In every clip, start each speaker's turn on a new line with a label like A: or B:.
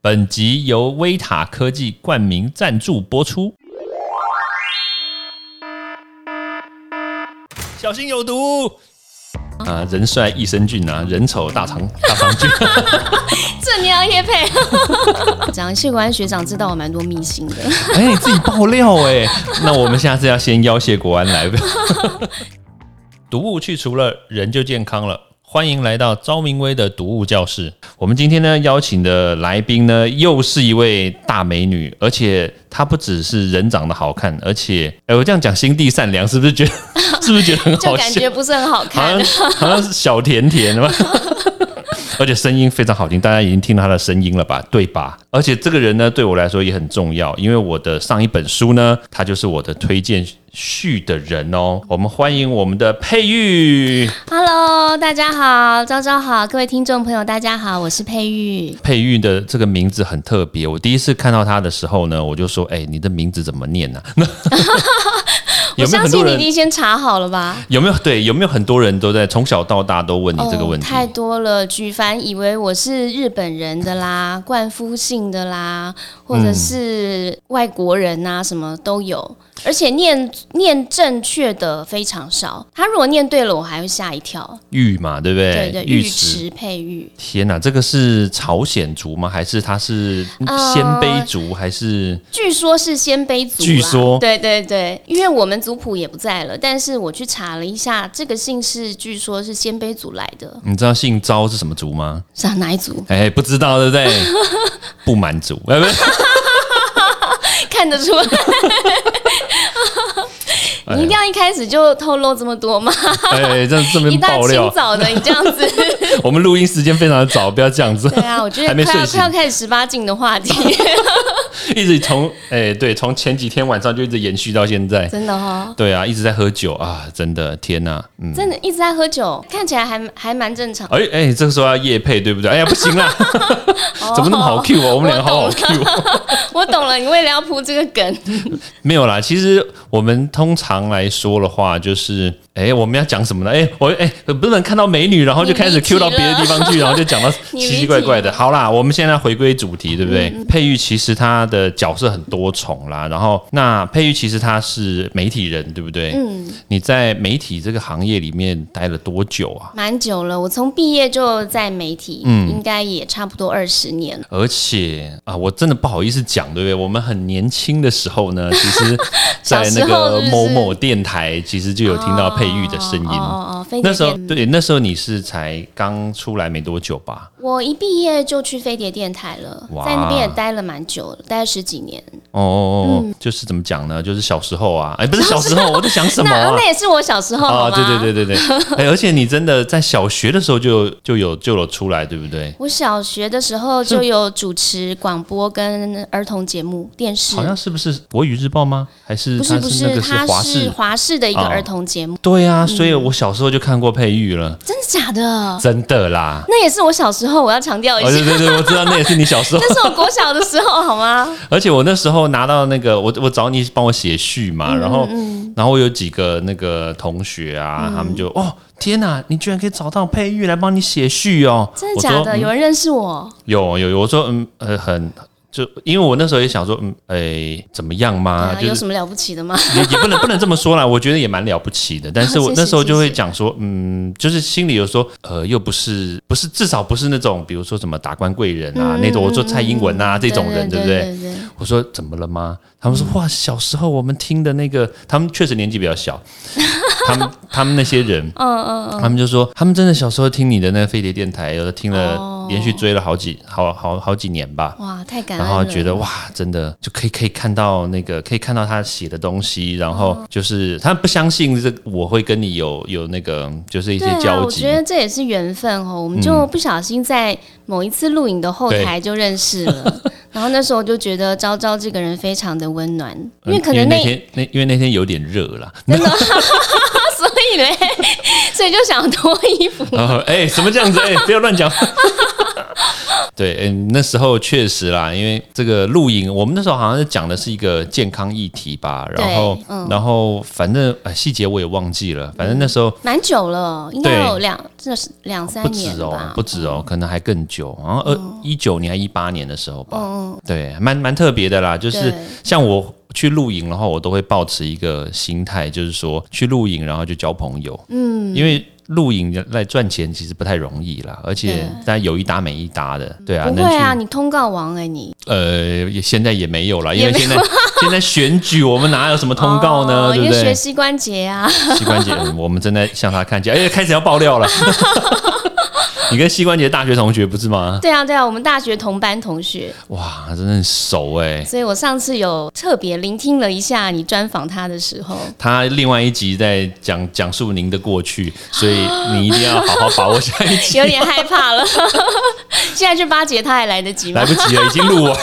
A: 本集由威塔科技冠名赞助播出。小心有毒！啊，人帅益生菌啊，人丑大肠大肠菌。
B: 正娘也配。 长谢国安学长知道我蛮多秘 辛的，
A: 哎、你自己爆料哎、那我们下次要先邀谢国安来。毒物去除了，人就健康了。欢迎来到昭明威的毒物教室。我们今天呢邀请的来宾呢，又是一位大美女，而且她不只是人长得好看，而且哎，我这样讲心地善良，是不是觉得 是不是觉得很
B: 就
A: 好
B: 感
A: 笑
B: 觉？不是很好
A: 好
B: 看
A: 像。好像是小甜甜吧。 而且声音非常好听，大家已经听到他的声音了吧？对吧？而且这个人呢，对我来说也很重要，因为我的上一本书呢，他就是我的推荐序的人哦。我们欢迎我们的佩玉，
B: Hello，大家好，昭昭好，各位听众朋友大家好，我是佩玉。
A: 佩玉的这个名字很特别。我第一次看到他的时候呢，我就说：“哎、你的名字怎么念 呢、啊？”
B: 我
A: 有没有
B: 相
A: 很多
B: 信你一
A: 人？
B: 定先查好了吧？
A: 有没有对？有没有很多人都在从小到大都问你这个问题？
B: 哦、太多了，举凡以为我是日本人的啦、冠夫姓的啦，或者是外国人啊，什么都有。而且念念正确的非常少，他如果念对了，我还会吓一跳。
A: 玉嘛，对不
B: 对
A: 对？
B: 对，
A: 玉
B: 尉
A: 池
B: 迟佩玉，
A: 天哪、这个是朝鲜族吗？还是他是
B: 呃
A: 鲜卑族？还是
B: 据说是鲜卑族啦。
A: 据说
B: 对对对，因为我们族谱也不在了，但是我去查了一下，这个姓氏据说是鲜卑族来的，
A: 你知道姓昭是什么族吗？
B: 是啊哪一族？
A: 哎、不知道，对不对？ 不满族，哎，不是
B: 看得出 来。你一定要一开始就透露这么多吗？
A: 哎，这这
B: 一
A: 边
B: 大
A: 爆
B: 清
A: 料，
B: 早的，你这样 子，
A: 我们录音时间非常的早，不要这样子。
B: 对啊，我觉
A: 还
B: 得
A: 没
B: 快
A: 睡
B: 要
A: 醒
B: 快要，开始十八禁的话题，
A: 一直从哎，对，从前几天晚上就一直延续到现在。
B: 真的哦，
A: 对啊，一直在喝酒啊，真的，天哪、嗯，
B: 真的一直在喝酒，看起来还还蛮正常。
A: 哎哎，这个时候要夜配，对不对？哎呀，不行 啦，怎么那么好 Q 啊？我们两个好好 Q 哦。
B: 我懂了，你为了要铺这个梗，
A: 没有啦，其实我们通常来说的话，就是哎、我们要讲什么呢？哎、我哎、不能看到美女，然后就开始
B: 你离题
A: Q 到别的地方去，然后就 讲到
B: 你离嗯
A: 奇
B: 题
A: 奇怪怪的。好啦，我们现在回归主题，对不对？佩玉其实她的角色很多重啦，然后那佩玉其实她是媒体人，对不对？嗯，你在媒体这个行业里面待了多久啊？
B: 蛮久了。我从毕业就在媒体，
A: 嗯
B: 应该也差不多二十年了。
A: 而且啊，我真的不好意思讲，对不对？我们很年轻的时候 呢，其实，在那
B: 小时候
A: 个
B: 是不是
A: 某某电台，其实就有听到佩玉的声音。
B: 哦哦哦，飞
A: 嗯
B: 碟
A: 那时候
B: 电
A: 对，那时候你是才刚出来没多久吧？
B: 我一毕业就去飞碟电台了
A: 哇，
B: 在那边也待了蛮久了，待了十几年。
A: 哦哦哦，就是怎么讲呢？就是小时候啊，哎，不是小时候，我在想什么
B: 那
A: 啊
B: 那？也是我小时候，好
A: 啊，
B: 吗？
A: 对对对对 对，哎，而且你真的在小学的时候就就有就有出来，对不对？
B: 我小学的时候就有主持广播跟儿童节目，电视
A: 好像是不是《国语日报》吗？还是
B: 不
A: 它
B: 是不
A: 那个
B: 它
A: 华
B: 是
A: 视？
B: 华嗯视的一个
A: 哦
B: 儿童节目，
A: 对啊，所以我小时候就看过佩玉了，
B: 真的假的？
A: 真的啦。
B: 那也是我小时候，我要强调一
A: 哦，
B: 下，
A: 对对对，我知道那也是你小时候，
B: 那是我国小的时候，好吗？
A: 而 且我那时候拿到那个，我我找你帮我写序嘛，
B: 嗯
A: 然后然后我有几个那个同学啊，
B: 嗯
A: 他们就哦天哪，你居然可以找到佩玉来帮你写序哦，
B: 真的假
A: 我说
B: 的？
A: 嗯
B: 有人认识我？
A: 有有有，我说嗯呃很。就因为我那时候也想说，嗯，哎，怎么样嘛？
B: 啊
A: 就
B: 有
A: 是
B: 什么了不起的吗？
A: 也也不能不能这么说啦，我觉得也蛮了不起的。但是我
B: 哦谢谢
A: 那时候就会
B: 谢谢
A: 讲说，嗯，就是心里有说，呃，又不是不是，至少不是那种，比如说什么达官贵人啊，那种我说蔡英文啊这种人，对
B: 嗯对
A: 不
B: 对
A: 对？？
B: 嗯对对
A: 我说怎么了吗？他们说哇，小时候我们听的那个，他们确实年纪比较 小，他们他们那些人，
B: 嗯嗯，
A: 他们就说他们真的小时候听你的那个飞碟电台，有的听了
B: 哦
A: 连续追了好几好好好几年吧。
B: 哇，太感恩
A: 然后
B: 了。
A: 觉得哇，真的就可以可以看到那个可以看到他写的东西，然后
B: 嗯
A: 就是他不相信这我会跟你有有那个就是一些
B: 对啊，
A: 交
B: 我
A: 集嗯
B: 觉，得这也是缘分哦。我们就不小心在某一次录影的后台就认识 了，然后那时候我就觉得昭昭这个人非常的温暖，因
A: 嗯
B: 为可能
A: 那
B: 那
A: 天那因为那天有点热 啦，
B: 真的， 所以嘞， 所以就想脱衣服。
A: 哦然后哎，什么这样子？哎，不要乱讲。 对，嗯，那时候确实啦，因为这个露营，我们那时候好像是讲的是一个健康议题吧，然后
B: 对，嗯
A: 然后反正呃细节我也忘记了，反正那时候
B: 蛮久了，应该有两这是两
A: 不
B: 三
A: 止
B: 年
A: 哦
B: 吧，，嗯
A: 不止哦，可能还更久，好像二一九年还一八年的时候吧，
B: 嗯，嗯，
A: 对，蛮蛮特别的啦，就是
B: 对
A: 像我去露营的话，我都会保持一个心态，就是说去露营，然后就交朋友，嗯，因为。露营来赚钱其实不太容易啦，而且
B: 对
A: 大家有一搭没一搭的，对啊，
B: 不
A: 能
B: 会
A: 去
B: 啊，你通告王哎、你
A: 呃，也现在也没有了，因
B: 也
A: 为
B: 没
A: 现在现在选举，我们哪有什么通告呢？
B: 哦
A: 对不
B: 因为学
A: 对？
B: 膝关节啊，
A: 膝关节，嗯我们正在向他看齐，哎，开始要爆料了。 你跟膝关节大学同学不是吗？
B: 对啊对啊，我们大学同班同学，
A: 哇，真的很熟哎、
B: 所以我上次有特别聆听了一下你专访他的时候，
A: 他另外一集在讲讲述您的过去，所以你一定要好好把握下一集。
B: 有 点害怕了。现在去巴结他还来得及吗
A: 来？不及了，已经录完。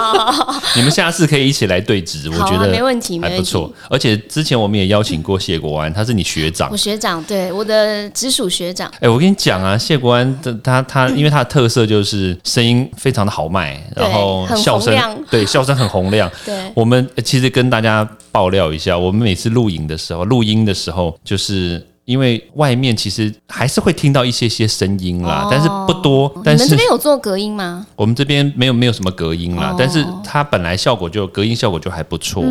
A: 你们下次可以一起来对质，我
B: 好啊
A: 觉得
B: 没问题
A: 还
B: 没
A: 不
B: 问题
A: 错。而且之前我们也邀请过谢国安，他是你学长
B: 我，学长，对我的直属学长，
A: 哎、我跟你讲啊，谢国安的他他，因为他的特色就是声音非常的豪迈，
B: 对
A: 然后
B: 很
A: 笑
B: 洪
A: 声
B: 亮
A: 对笑声很洪亮。
B: 对
A: 我们呃其实跟大家爆料一下，我们每次录影的时候，录音的时候，就是因为外面其实还是会听到一些些声音啦，
B: 哦
A: 但是不多。但
B: 你们这
A: 是
B: 边有做隔音 吗？
A: 我们这边没有没有什么隔音啦，
B: 哦嗯
A: 但是它本来效果就隔音效果就还不错。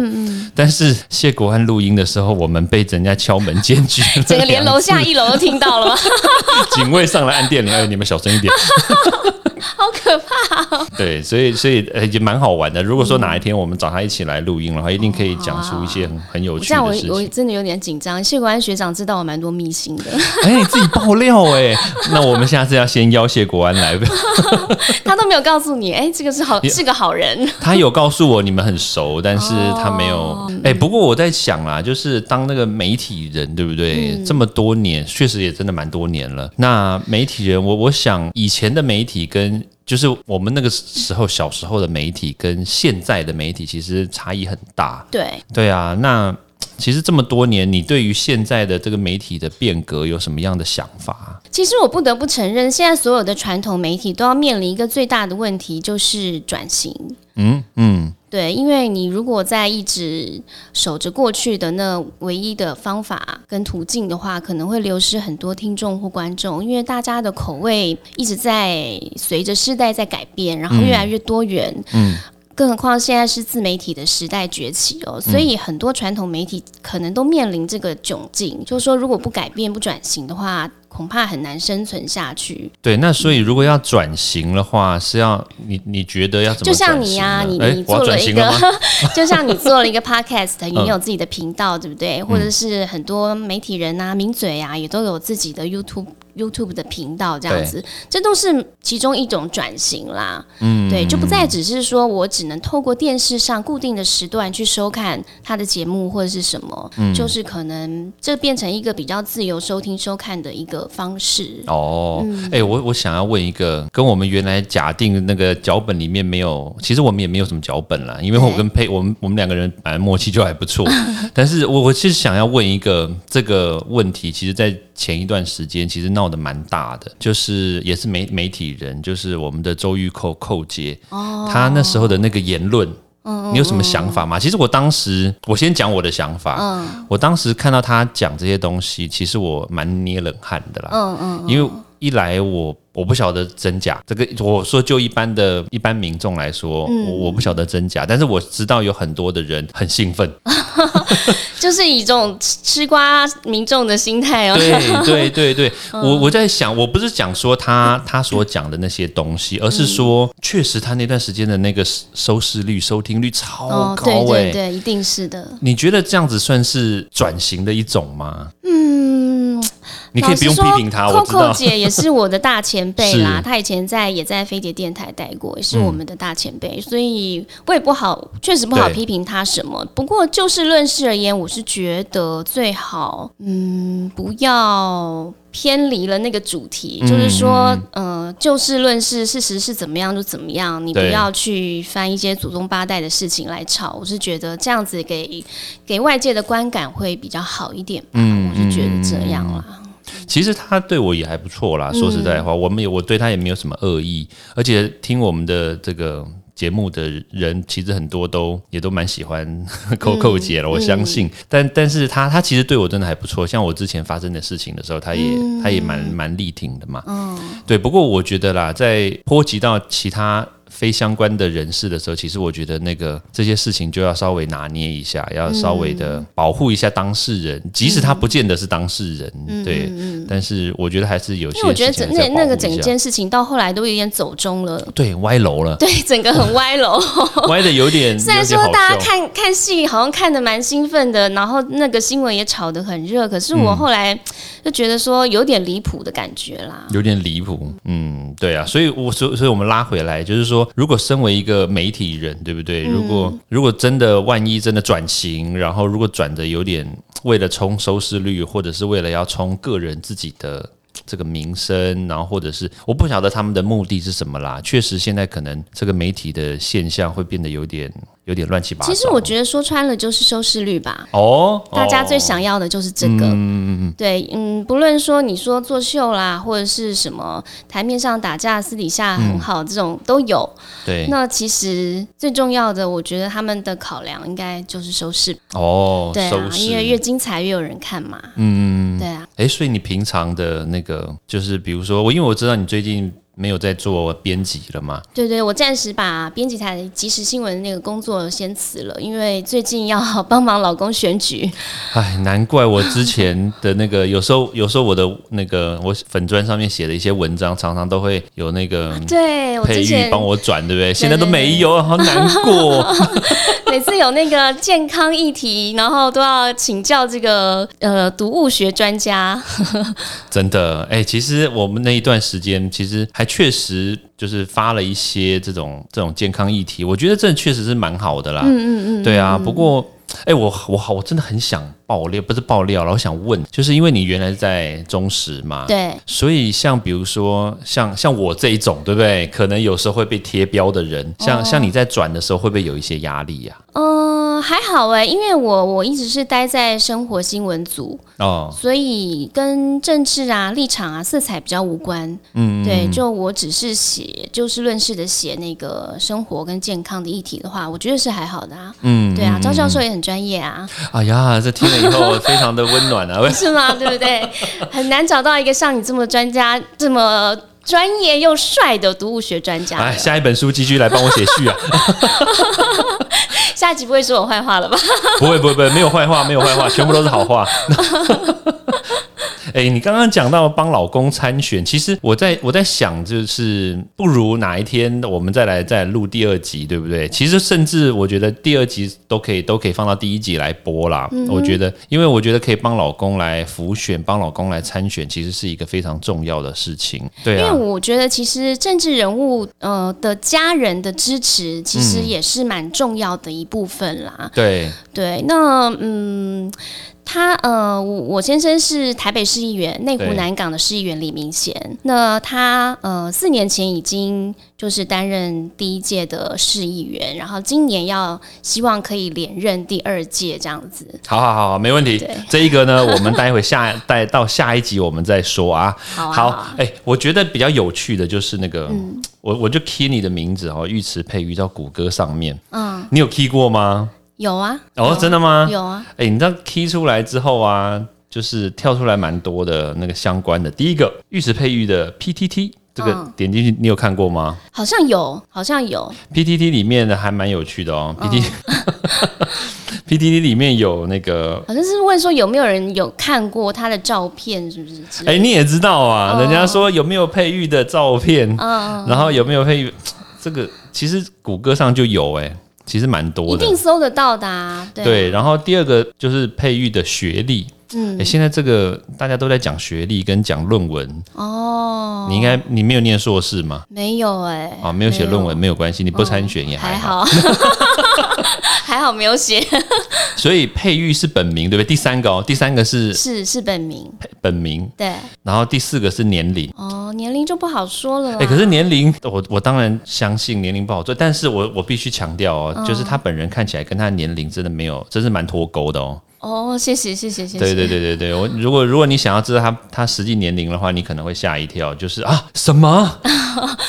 A: 但是谢国安录音的时候，我们被人家敲 门检举了两次，
B: 整个连楼下一楼都听到 了吗？
A: 警卫上来按电铃，哎，你们小声一点。
B: 好可怕！哦
A: 对，所以所以呃也蛮好玩的。如果说哪一天我们找他一起来录音的话，一定可以讲出一些很很有趣
B: 这样哦我
A: 的事
B: 我
A: 情。
B: 真的有点紧张。谢国安学长知道我蛮多秘辛的，
A: 哎、你自己爆料哎、那我们下次要先邀谢国安来。
B: 他都没有告诉你，哎、这个是好
A: 也
B: 是个好人。
A: 他有告诉我你们很熟，但是他没有。
B: 哦
A: 哎、不过我在想啦，就是当那个媒体人，对不对？
B: 嗯
A: 这么多年，确实也真的蛮多年了。那媒体人，我我想以前的媒体跟。就是我们那个时候小时候的媒体跟现在的媒体其实差异很大，
B: 对，
A: 对啊，那其实这么多年，你对于现在的这个媒体的变革有什么样的想法？
B: 其实我不得不承认，现在所有的传统媒体都要面临一个最大的问题，就是转型。
A: 嗯嗯，
B: 对，因为你如果在一直守着过去的那唯一的方法跟途径的话，可能会流失很多听众或观众，因为大家的口味一直在随着世代在改变，然后越来越多元。嗯。更何况现在是自媒体的时代崛起哦，所以很多传统媒体可能都面临这个窘境，就是说如果不改变、不转型的话，恐怕很难生存下去。
A: 对。那所以如果要转型的话，是要你你觉得要怎么
B: 就像
A: 转
B: 你
A: 型
B: 啊
A: 呢
B: 你
A: 哎
B: 你
A: 我要
B: 做
A: 转
B: 了一
A: 型
B: 个
A: 了吗？ 嗯
B: 就像你做了一个 podcast，也有自己的频道，对不对？或者是很多媒体人啊、名嘴啊，也都有自己的 YouTube。YouTube 的频道这样子，这都是其中一种转型啦。嗯，对，就不再只是说我只能透过电视上固定的时段去收看他的节目或者是什么，
A: 嗯
B: 就是可能这变成一个比较自由收听收看的一个方式。
A: 哦，哎、我我想要问一个，跟我们原来假定那个脚本里面没有，其实我们也没有什么脚本啦，因为我跟佩，我们我们两个人本来默契就还不错，但是我我其实想要问一个这个问题，其实在前一段时间其实闹得蛮大的，就是也是媒媒体人，就是我们的周玉蔻蔻姐，她那时候的那个言论。你有什么想法吗？其实我当时，我先讲我的想法。我当时看到她讲这些东西，其实我蛮捏冷汗的啦。
B: 嗯嗯，
A: 因为一来我我不晓得真假，这个我说就一般的一般民众来说，
B: 嗯
A: 我我不晓得真假，但是我知道有很多的人很兴 奋，
B: 就是以这种吃吃瓜民众的心态哦。
A: 对对对对， 我我在想，我不是讲说他他所讲的那些东西，
B: 嗯
A: 而是说确实他那段时间的那个收视率、收听率超
B: 哦，
A: 高
B: 对
A: 哎、
B: 对对，一定是的。
A: 你觉得这样子算是转型的一种吗？
B: 嗯，
A: 你可以不用批评他，我
B: 老
A: 知
B: 实说 Coco
A: 道。
B: 姐也是我的大前辈啦
A: 是，嗯
B: 她以前在也在飞碟电台待过，也是我们的大前辈，所以我也不好，确实不好
A: 对
B: 批评她什么。不过就事论事而言，我是觉得最好，嗯，不要。偏离了那个主题，
A: 嗯
B: 就是说，呃，就事论事，事实是怎么样就怎么样，你不
A: 对
B: 要去翻一些祖宗八代的事情来吵。我是觉得这样子
A: 嗯
B: 给给外界的观感会比较好一点吧，我是觉得这样啦。
A: 其实他对我也还不错
B: 嗯
A: 啦，说实在话，我们也我对他也没有什么恶意，而且听我们的这个。节目的人其实很多都也都蛮喜欢
B: 嗯
A: 扣扣姐了，我相信。但但是他他其实对我真的还不错，像我之前发生的事情的时候，他也、
B: 嗯
A: 他也蛮蛮力挺的嘛。对。不过我觉得啦，在波及到其他非相关的人士的时候，其实我觉得那个这些事情就要稍微拿捏一下，要稍微的
B: 嗯
A: 保护一下当事人，即使他不见得是当事人，对。但是我觉得还是有些
B: 嗯因为我觉得
A: 事情
B: 整
A: 还是
B: 那
A: 要
B: 那
A: 保护
B: 个
A: 一
B: 整
A: 下
B: 件事情到后来都有点走中了，
A: 对歪楼了，
B: 对，整个很 歪楼。
A: 歪的有点。
B: 虽然
A: 有点
B: 说
A: 好
B: 大家
A: 笑
B: 看看戏好像看的蛮兴奋的，然后那个新闻也炒得很热，可是我
A: 嗯
B: 后来就觉得说有点离谱的感觉啦。
A: 有点离谱，嗯，对啊，所以我所所以我们拉回来，就是说，如果身为一个媒体人，对不对？
B: 嗯
A: 如果如果真的万一真的转型，然后如果转的有点为了冲收视率，或者是为了要冲个人自己的。这个名声，然后或者是我不晓得他们的目的是什么啦。确实，现在可能这个媒体的现象会变得有点有点乱七八糟。
B: 其实我觉得说穿了就是收视率吧，
A: 哦，
B: 大家最
A: 哦
B: 想要的就是这个。
A: 嗯嗯嗯
B: 对，嗯，不论说你说作秀啦，或者是什么台面上打架，私底下很好，这种都有。
A: 嗯，对
B: 那其实最重要的，我觉得他们的考量应该就是收视，
A: 哦，
B: 对啊
A: 收，视
B: 因为越精彩越有人看嘛。
A: 嗯嗯嗯
B: 对啊，
A: 哎，所以你平常的那个，就是比如说我，因为我知道你最近没有在做编辑了嘛，
B: 对对，我暂时把编辑台即时新闻那个工作先辞了，因为最近要帮忙老公选举。
A: 哎，难怪我之前的那个，有时候有时候我的那个我粉砖上面写的一些文章，常常都会有那个。
B: 对我
A: 配
B: 之
A: 玉
B: 前
A: 帮我转，对不对？现在都没有，好难过。
B: 每次有那个健康议题，然后都要请教这个呃毒物学 专家。
A: 真的，哎、其实我们那一段时间，其实还确实就是发了一些这种这种健康议题，我觉得这确实是蛮好的啦。嗯嗯嗯，对啊。不过，哎、我我好，我真的很想爆料，不是爆料了，我想问，就是因为你原来在中实嘛，，
B: 对，
A: 所以像比如说像像我这一种，对不对？可能有时候会被贴标的人，像、像你在转的时候，会不会有一些压力 呀、
B: 嗯、还好哎、因为我我一直是待在生活新闻组，
A: 哦，
B: 所以跟政治啊、立场啊、色彩比较无关。嗯，对，就我只是写就事论事的写那个生活跟健康的议题的话，我觉得是还好的啊。嗯，对啊，张教授也很专业啊，
A: 哎呀，这听了以后非常的温暖啊。
B: 是 吗？对不对？很难找到一个像你这么专家、这么专业又帅的毒物学专家
A: 哎，
B: 的。
A: 下一本书继续来帮我写序啊。
B: 下集不会说我坏话了吧？
A: 不会不会不会，没有坏话，没有坏话，全部都是好话。 哎、你刚刚讲到帮老公参选，其实我在我在想，就是不如哪一天我们再来再录第二集，对不
B: 嗯
A: 对？其实甚至我觉得第二集都可以都可以放到第一集来播啦。
B: 嗯
A: 我觉得，因为我觉得可以帮老公来浮选，帮老公来参选，其实是一个非常重要的事情。对
B: 因为
A: 啊，
B: 我觉得其实政治人物呃的家人的支持，其实也是蛮重要的一部分啦。
A: 对，
B: 对，那嗯，他呃，我我先生是台北市议员内湖
A: 对
B: 南港的市议员李明贤，那他呃四年前已经就是担任第一届的市议员，然后今年要希望可以连任第二届这样子。
A: 好好好，好没问题
B: 对。
A: 这一个呢，我们待会下待到下一集我们再说啊。
B: 好啊嗯好啊
A: 哎、我觉得比较有趣的就是那个，我我就 key 你的名字哦，尉迟佩瑜到谷歌上面，
B: 嗯，
A: 你有 key 过吗？
B: 有啊，
A: 哦，真
B: 的
A: 的吗？
B: 有啊，
A: 哎、你知道 key 出来之后啊，就是跳出来蛮多的那个相关的。第一个尉迟佩瑜的 PTT，这个
B: 嗯
A: 点进去你有看过吗
B: 好像有，好像有，
A: ？PTT 里面的还蛮有趣的哦，PTT、PTT
B: 嗯
A: 里面有那个
B: 好像是问说有没有人有看过他的照片，是不是之类的？
A: 哎、你也知道啊，
B: 哦
A: 人家说有没有配玉的照片，
B: 嗯
A: 然后有没有配玉，这个其实谷歌上就有哎、其实蛮多
B: 一
A: 的。
B: 定搜得到的啊，对啊
A: 对，然后第二个就是配玉的学历，
B: 嗯
A: 哎、现在这个大家都在讲学历跟讲论文，
B: 哦，
A: 你应该你没有念硕士嘛？
B: 没有哎、哦
A: 啊，没有写论文没有关系，你不参选也还
B: 还
A: 好。
B: 好， 还好没有写，
A: 所以配玉是本名，对不对？第三个哦，第三个 是
B: 是是本名，
A: 本名，
B: 对，
A: 然后第四个是年龄。
B: 哦，年龄就不好说了啦。
A: 哎、可是年龄，我我当然相信年龄不好做，
B: 嗯
A: 但是我我必须强调哦，就是他本人看起来跟他的年龄真的没有，真是蛮脱钩的哦。
B: 哦，谢谢谢谢谢谢。
A: 对对对对对，我如果如果你想要知道他他实际年龄的话，你可能会吓一跳，就是啊什 么？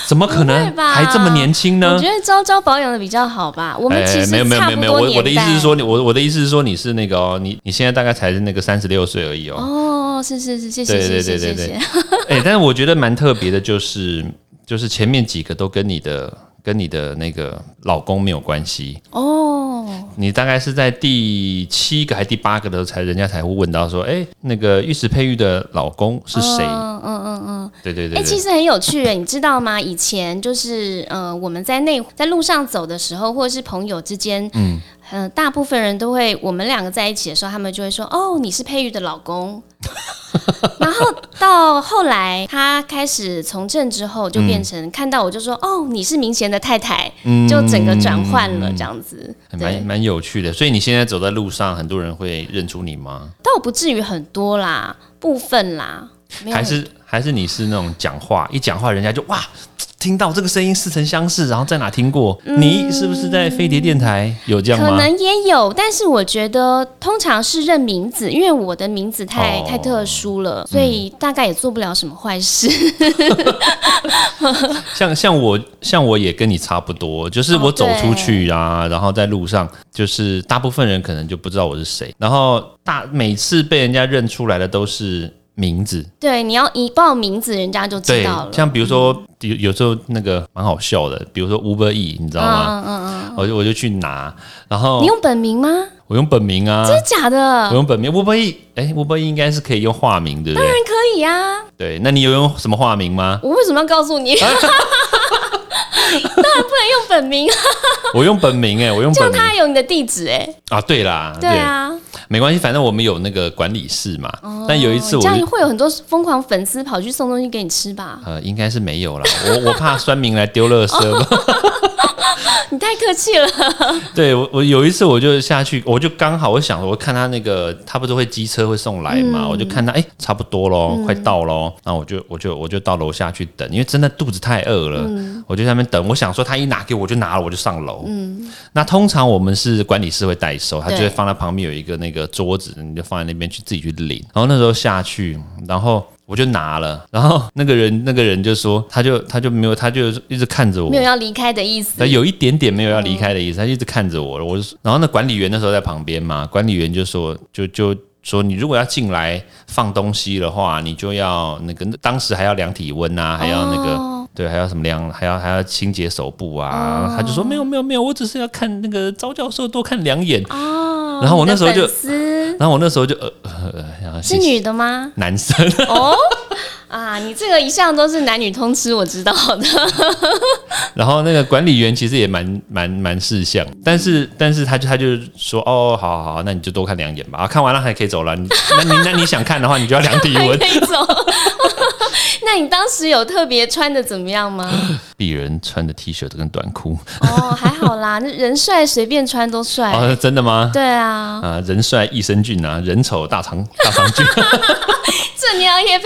A: 怎么可能
B: 不会吧
A: 还这么年轻呢哎
B: 我？觉得招招保养的比较好吧，我们其实
A: 没有没有
B: 差
A: 没有
B: 不
A: 没有，
B: 多
A: 我我
B: 年
A: 的意
B: 代
A: 思是说，你我我的意思是说，你是那个哦，你你现在大概才是那个三十六岁而已哦。
B: 哦，是是是，谢谢
A: 对对
B: 谢谢
A: 对
B: 谢
A: 对对
B: 谢，
A: 哎、但是我觉得蛮特别的，就是就是前面几个都跟你的跟你的那个老公没有关系，
B: 哦，
A: 你大概是在第七个还第八个的时候才人家才会问到说，哎、那个玉石佩玉的老公是谁？
B: 嗯嗯嗯嗯，
A: 对对对
B: 哎、
A: 对。
B: 其实很有趣耶，你知道吗？以前就是呃，我们在内在路上走的时候，或者是朋友之间，嗯，呃，大部分人都会，我们两个在一起的时候，他们就会说，哦，你是佩玉的 老公。然后到后来，他开始从政之后，就变成看到我就说，
A: 嗯
B: 哦，你是明贤的太太，就整个转换了这样子。
A: 蛮
B: 对，
A: 蛮有趣的，所以你现在走在路上，很多人会认出你吗？
B: 倒不至于很多啦，部分啦，没有
A: 还
B: 很
A: 是还是你是那种讲话一讲话，人家就哇，听到这个声音似曾相识，然后在哪听过？你是不是在飞碟电台有这样
B: 嗯可
A: 吗？
B: 能也有，但是我觉得通常是认名字，因为我的名字太、
A: 哦
B: 太特殊了，所以大概也做不了什么坏事。
A: 像像我像我也跟你差不多，就是我
B: 哦
A: 走出去啊，然后在路上，就是大部分人可能就不知道我是谁，然后大每次被人家认出来的都是名字，
B: 对，你要一报名字，人家就知
A: 对
B: 道，了。嗯
A: 像比如说有有时候那个蛮好笑的，比如说 Uber E，你知道吗？
B: 嗯嗯
A: 我就我就去拿，然后
B: 嗯，你用本名吗？
A: 我用本名啊，
B: 真的假
A: 我
B: 的？
A: 用本名 Uber E，哎，Uber E 应该是可以用化名，对不对
B: 当？然可以啊！
A: 对，那你有用什么化名吗？ 啊
B: 我为什么要告诉你？ 当然不能用本名啊，
A: 我用本名，哎，我用
B: 这样
A: 本名
B: 他还有你的地址哎。
A: 啊，对啦，
B: 对啊，
A: 没关系，反正我们有那个管理室嘛。但有一次
B: 哦
A: 我
B: 这样
A: 就
B: 会有很多疯狂粉丝跑去送东西给你吃吧？
A: 呃，应该是没有啦，我我怕酸民来丢垃圾吧。
B: 你太客气了。
A: 对我我有一次我就下去，我就刚好我想我看他那个他不是会机车会送来嘛，我就看他哎、差不多咯，快到咯。然后我就我就我就到楼下去等，因为真的肚子太饿了，我就在那边等。我想说他一拿给我我就拿了，我就上楼。那通常我们是管理室会代收，他就会
B: 对
A: 放在旁边有一个那个桌子，你就放在那边去自己去领。然后那时候下去，然后我就拿了，然后那个人那个人就说，他就他就没有，他就一直看着我
B: 没，有要离开的意思
A: 那。有一点点没有要离开的意
B: 嗯
A: 思，他就一直看着我。我就然后那管理员那时候在旁边嘛，管理员就说就就。说你如果要进来放东西的话，你就要那个当时还要量体温啊，还要那个、
B: 哦
A: 对，还要什么量，还要还要清洁手部啊。他就说没有没有没有，我只是要看那个招教授多看两眼。
B: 哦，
A: 然后我
B: 你的
A: 那时候就
B: 粉丝
A: 然后我那时候就呃呃，呃然后
B: 是
A: 谢谢
B: 女的吗？
A: 男生，
B: 哦，啊，你这个一向都是男女通吃，我知道的。
A: 然后那个管理员其实也蛮蛮蛮识相，但是但是他就他就说哦，好好好，那你就多看两眼吧，啊看完了还可以走了。你那你那你想看的话，你就要量体
B: 还
A: 温
B: 可，以走。 那你当时有特别穿的怎么样吗？
A: 鄙人穿的 T 恤跟短裤
B: 哦，还好啦，那人帅随便穿都帅。
A: 哦，真的吗？
B: 对啊，
A: 啊、人帅益生菌啊，人丑大肠大肠菌。
B: 这你要叶配。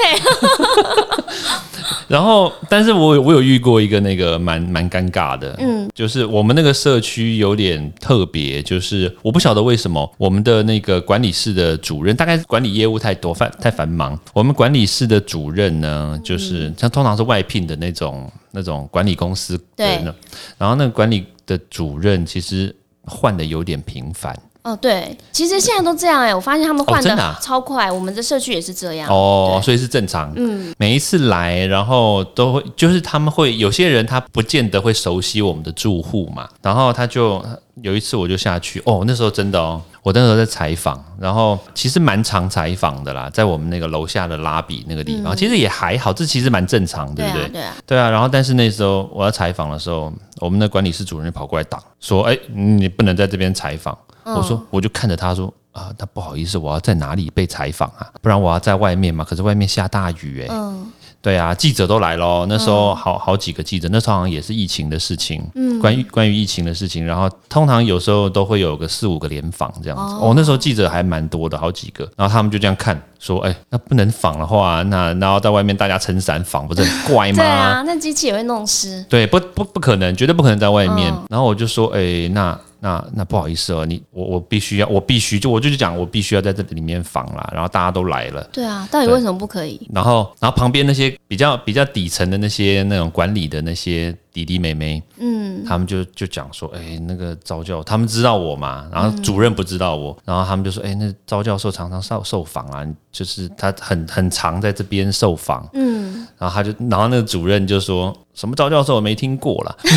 A: 然后，但是我有我有遇过一个那个蛮蛮尴尬的，嗯，就是我们那个社区有点特别，就是我不晓得为什么我们的那个管理室的主任，大概是管理业务太多繁太繁忙，我们管理室的主任呢，就是、像通常是外聘的那种那种管理公司的
B: 对
A: 呢，然后那个管理的主任其实换的有点频繁。
B: 哦，对，其实现在都这样哎、我发现他们换
A: 真的啊
B: 的超快，我们的社区也是这样。
A: 哦，所以是正常。嗯，每一次来，然后都会，就是他们会有些人他不见得会熟悉我们的住户嘛，然后他就有一次我就下去，哦，那时候真的哦。我那时候在采访，然后其实蛮常采访的啦，在我们那个楼下的拉比那个地方，其实也还好，这其实蛮正常，
B: 嗯对
A: 不
B: 啊，对啊，
A: 对啊，然后但是那时候我要采访的时候，我们的管理室主任就跑过来挡，说：“哎、你不能在这边采访。
B: 嗯
A: 我说：“我就看着他说啊，那不好意思，我要在哪里被采访啊？不然我要在外面嘛。可是外面下大雨、哎、
B: 嗯，
A: 对啊，记者都来咯，那时候好好几个记者，那时候好像也是疫情的事情，
B: 嗯
A: 关于关于疫情的事情。然后通常有时候都会有个四五个联访这样子。哦那时候记者还蛮多的，好几个。然后他们就这样看，说：哎、那不能访的话，那然后在外面大家撑伞访，不是很怪吗？
B: 对啊啊，那机器也会弄湿。
A: 对，不不不可能，绝对不可能在外面。
B: 嗯
A: 然后我就说，哎、那那那不好意思哦，你我我必须要，我必须就我就是讲，我必须要在这里面访啦。然后大家都来了，
B: 对啊，到底为什么不可以？
A: 然后然后旁边那些比较比较底层的那些那种管理的那些弟弟妹妹，
B: 嗯，
A: 他们就就讲说，哎、那个招教，他们知道我嘛，然
B: 嗯
A: 后主任不知道我，然后他们就说，哎、那招教授常常受受访啊，就是他很很常在这边受访，
B: 嗯，
A: 然后他就，然后那个主任就说什么招教授我没听过啦。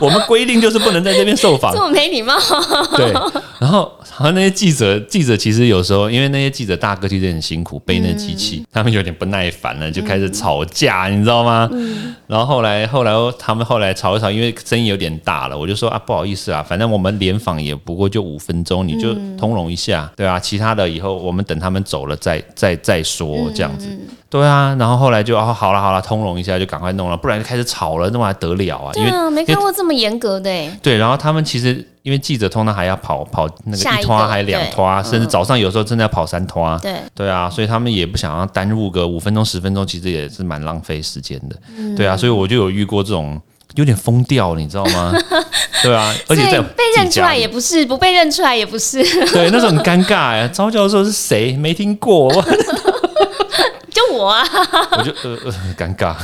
A: 我们规定就是不能在这边受访
B: 这，么没礼貌，
A: 对。然后，然后那些记者，记者其实有时候，因为那些记者大哥其实很辛苦，背那机器，他们有点不耐烦了，就开始吵架，你知道吗？然后后来，后来他们后来吵一吵，因为声音有点大了，我就说啊，不好意思啊，反正我们联访也不过就五分钟，你就通融一下，对啊，其他的以后我们等他们走了再再再说这样子。对啊，然后后来就哦，好了好了，通融一下就赶快弄了，不然就开始吵了，那么还得了啊？因
B: 对
A: 为
B: 啊，没看过这么严格的哎、
A: 对，然后他们其实因为记者通常还要跑跑那
B: 下
A: 个
B: 一
A: 一拖
B: 个
A: 还两
B: 对嗯
A: 拖，啊甚至早上有时候真的要跑三拖。
B: 对，
A: 对啊，所以他们也不想要耽误个五分钟十分钟，其实也是蛮浪费时间的。
B: 嗯
A: 对啊，所以我就有遇过这种有点疯掉，你知道吗？对 啊，而且
B: 所
A: 在
B: 以被认出来
A: 自
B: 也
A: 己
B: 不是，不被认出来也不 是，
A: 家里对，那种很尴尬呀、 招教授是谁？没听过，我
B: 就我啊，
A: 我就呃呃很尴尬。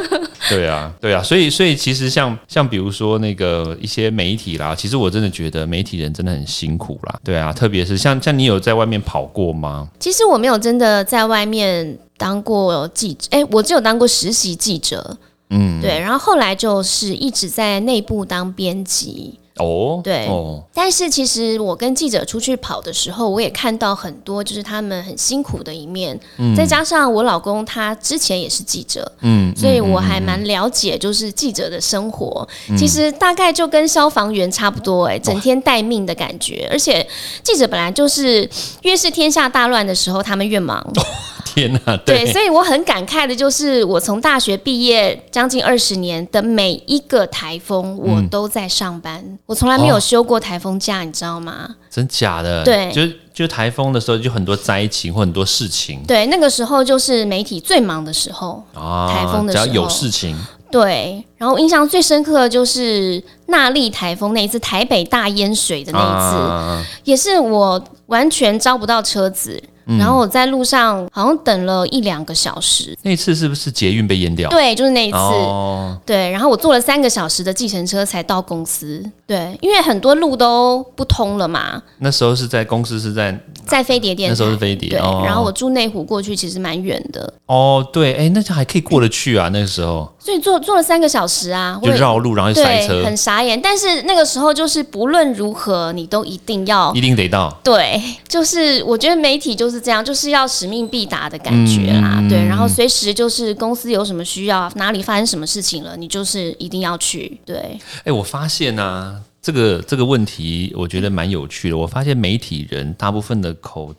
A: 对啊，对啊，所以所以其实像像比如说那个一些媒体啦，其实我真的觉得媒体人真的很辛苦啦。对啊，特别是像像你有在外面跑过吗？
B: 其实我没有真的在外面当过记者，哎、我只有当过实习记者，嗯，对，然后后来就是一直在内部当编辑。
A: 哦，
B: 对
A: 哦，
B: 但是其实我跟记者出去跑的时候，我也看到很多就是他们很辛苦的一面，再加上我老公他之前也是记者，
A: 嗯，嗯
B: 所以我还蛮了解就是记者的生活，其实大概就跟消防员差不多、哎，整天待命的感觉。而且记者本来就是越是天下大乱的时候，他们越忙，
A: 天哪、
B: 对，
A: 对
B: 所以我很感慨的就是，我从大学毕业将近二十年的每一个台风，我都在上班，我从来没有休过台风假，你知道吗？
A: 真假的，
B: 对
A: 就是就台风的时候就很多灾情或很多事情
B: 对，那个时候就是媒体最忙的时候。
A: 啊，
B: 台风的
A: 只要
B: 时
A: 有
B: 候
A: 事情，
B: 对，然后印象最深刻的就是那莉台风那一次，台北大淹水的那一次，
A: 啊
B: 也是我完全招不到车子。
A: 嗯
B: 然后我在路上好像等了一两个小时，
A: 那次是不是捷运被淹掉？
B: 对，就是那一次，
A: 哦，
B: 对，然后我坐了三个小时的计程车才到公司。对，因为很多路都不通了嘛，
A: 那时候是在公司是在
B: 在飞碟电
A: 那
B: 台。
A: 时候是飞碟，
B: 对，
A: 哦、
B: 然后我住内湖过去，其实蛮远的，
A: 哦，对，哎，那就还可以过得去啊，那个时候
B: 所以坐坐了三个小时啊，我
A: 就
B: 也
A: 绕路，然后就塞
B: 对，
A: 车
B: 很，傻眼。但是那个时候就是不论如何，你都一定要
A: 一定得到。
B: 对，就是我觉得媒体就是这样，就是要使命必达的感觉啦。
A: 嗯
B: 对，然后随时就是公司有什么需要，哪里发生什么事情了，你就是一定要去。对，
A: 哎，我发现啊，这个这个问题，我觉得蛮有趣的。我发现媒体人大部分的口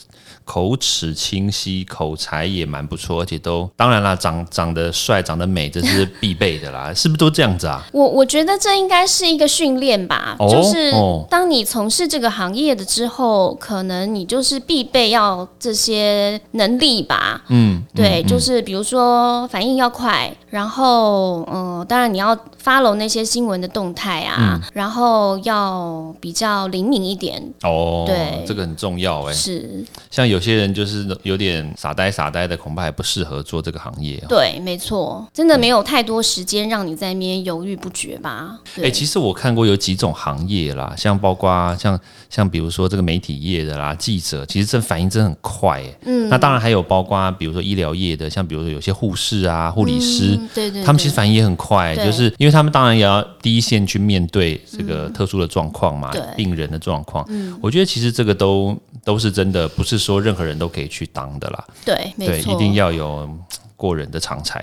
A: 口齿清晰，口才也蛮不错，而且都当然啦，长长得帅，长得美，这是必备的啦， 是不是都这样子啊？
B: 我我觉得这应该是一个训练吧，
A: 哦
B: 就是
A: 哦
B: 当你从事这个行业的之后，可能你就是必备要这些能力吧。
A: 嗯，
B: 对，就是比如说反应要快，然后嗯、呃当然你要 follow 那些新闻的动态啊，
A: 嗯
B: 然后要比较灵敏一点。
A: 哦，
B: 对
A: 这个很重要哎。
B: 是
A: 像有些人就是有点傻呆傻呆的，恐怕也不适合做这个行业哦。
B: 对，没错，真的没有太多时间让你在那边犹豫不决吧？
A: 哎、
B: 对，
A: 其实我看过有几种行业啦，像包括像像比如说这个媒体业的啦，记者，其实这反应真的很快、欸。嗯，那当然还有包括比如说医疗业的，像比如说有些护士啊、护理师。
B: 嗯对对对，
A: 他们其实反应也很快、
B: 对
A: 就是因为他们当然也要第一线去面对这个特殊的状况嘛，
B: 嗯对嗯
A: 病人的状况。我觉得其实这个都都是真的，不是说任何人都可以去当的啦。
B: 对，没
A: 对，
B: 错，
A: 一定要有嗯过人的长 才，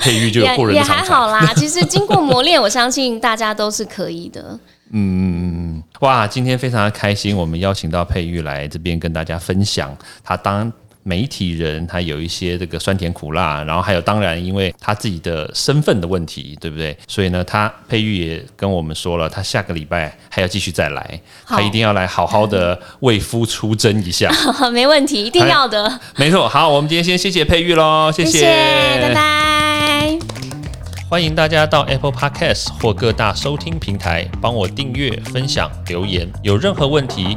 A: 佩玉就有过人
B: 也也
A: 的长
B: 还
A: 才。
B: 好 啦，其实经过磨练，我相信大家都是可以的。
A: 哇，今天非常的开心，我们邀请到佩玉来这边跟大家分享她当媒体人，她有一些这个酸甜苦辣，然后还有当然因为她自己的身份的问题，对不对？所以呢，她佩玉也跟我们说了，她下个礼拜还要继续再来，
B: 好
A: 她一定要来好好的为夫出征一下。
B: 没问题，一定要的。
A: 没错，好，我们今天先谢谢佩玉喽，谢
B: 谢谢，拜拜。
A: 欢迎大家到 Apple Podcast 或各大收听平台帮我订阅、分享、留言。有任何问题